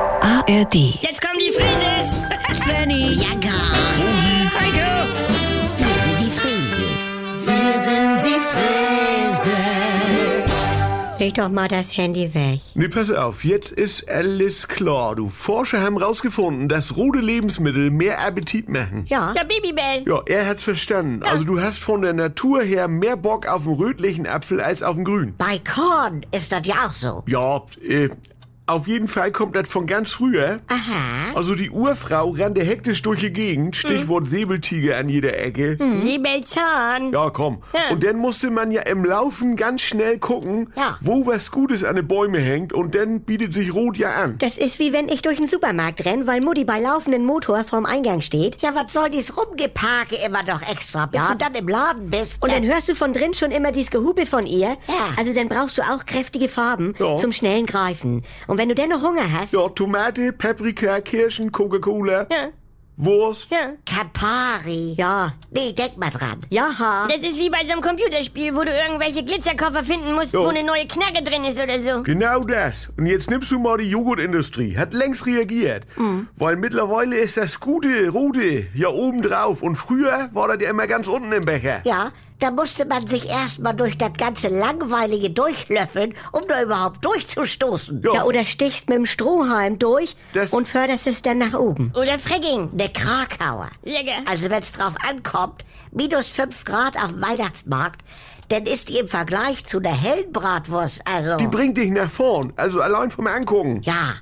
ARD. Jetzt kommen die Frises! Svenny, Ja, gar. Heiko! Wir sind die Frieses. Wir sind die Frieses. leg doch mal das Handy weg. Nee, pass auf, jetzt ist alles klar. Du Forscher haben rausgefunden, dass rote Lebensmittel mehr Appetit machen. Ja, Der Babybell! Ja, er hat's verstanden. Also du hast von der Natur her mehr Bock auf den rötlichen Apfel als auf den grünen. bei Korn ist das ja auch so. Ja, äh, auf jeden Fall kommt das von ganz früher. Ah. Aha. Also die Urfrau rannte hektisch durch die Gegend, Stichwort Mhm. Säbeltiger an jeder Ecke. Säbelzahn! Ja, komm. Ja. Und dann musste man ja im Laufen ganz schnell gucken, Ja. wo was Gutes an den Bäumen hängt und dann bietet sich Rot ja an. Das ist wie wenn ich durch den Supermarkt renn, weil Mutti bei laufendem Motor vorm Eingang steht. Ja, was soll dies Rumgeparke immer noch extra, bis du dann im Laden bist? Und dann hörst du von drin schon immer dies Gehupe von ihr. Ja. Also dann brauchst du auch kräftige Farben Ja. zum schnellen Greifen. Und wenn du dennoch Hunger hast, Ja, Tomate, Paprika, Kirschen, Coca-Cola, Ja, Wurst. ja. Campari. ja, Nee, denk mal dran. jaha. Das ist wie bei so einem Computerspiel, wo du irgendwelche Glitzerkoffer finden musst, Jo. wo eine neue Knarre drin ist oder so. Genau das. Und jetzt nimmst du mal die Joghurtindustrie. Hat längst reagiert. Mhm. Weil mittlerweile ist das gute Rote ja oben drauf. Und früher war das ja immer ganz unten im Becher. Ja, da musste man sich erstmal durch das ganze Langweilige durchlöffeln, um da überhaupt durchzustoßen. Ja. Ja, oder stichst mit dem Strohhalm durch Das- und förderst es dann nach oben. Oder Fracking. Ne Krakauer. Lecker. Also wenn's drauf ankommt, minus 5 Grad auf dem Weihnachtsmarkt, dann ist die im Vergleich zu einer hellen Bratwurst, also... Die bringt dich nach vorn. Also allein vom Angucken. ja,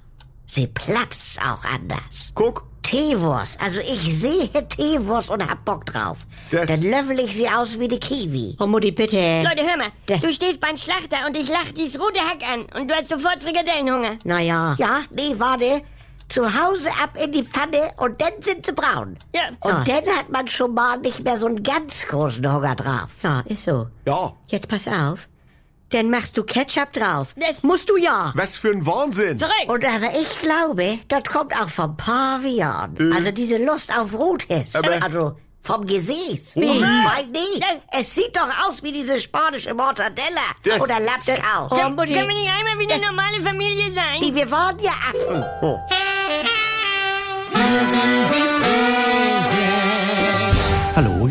sie platzt auch anders. Guck. Teewurst, also ich sehe Teewurst und hab Bock drauf. Das- dann löffel ich sie aus wie eine Kiwi. Oh, Mutti, äh, bitte. Leute, hör mal. Du stehst beim Schlachter und ich lach dieses rote Hack an und du hast sofort Frikadellenhunger. Naja. Ja, nee, warte. Zu Hause ab in die Pfanne und dann sind sie braun. Ja. Und dann hat man schon mal nicht mehr so einen ganz großen Hunger drauf. Ja, ist so. Ja. Jetzt pass auf. Dann machst du Ketchup drauf. Das- Musst du ja. Was für ein Wahnsinn. Verrückt. Und aber ich glaube, das kommt auch vom Pavian. Also diese Lust auf Rotes. Äh. Aber- also vom Gesäß. Wie? Weil nee, Ja. es sieht doch aus wie diese spanische Mortadella Das- oder Lapskaus. Oh, Können Mutti. wir nicht einmal wie eine normale Familie sein? Die, wir waren ja Affen. Oh. Hallo,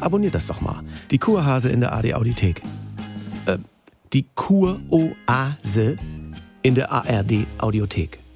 Abonniert das doch mal. Die Kurhase in der AD Audiothek. Äh, die Kuroase in der ARD Audiothek.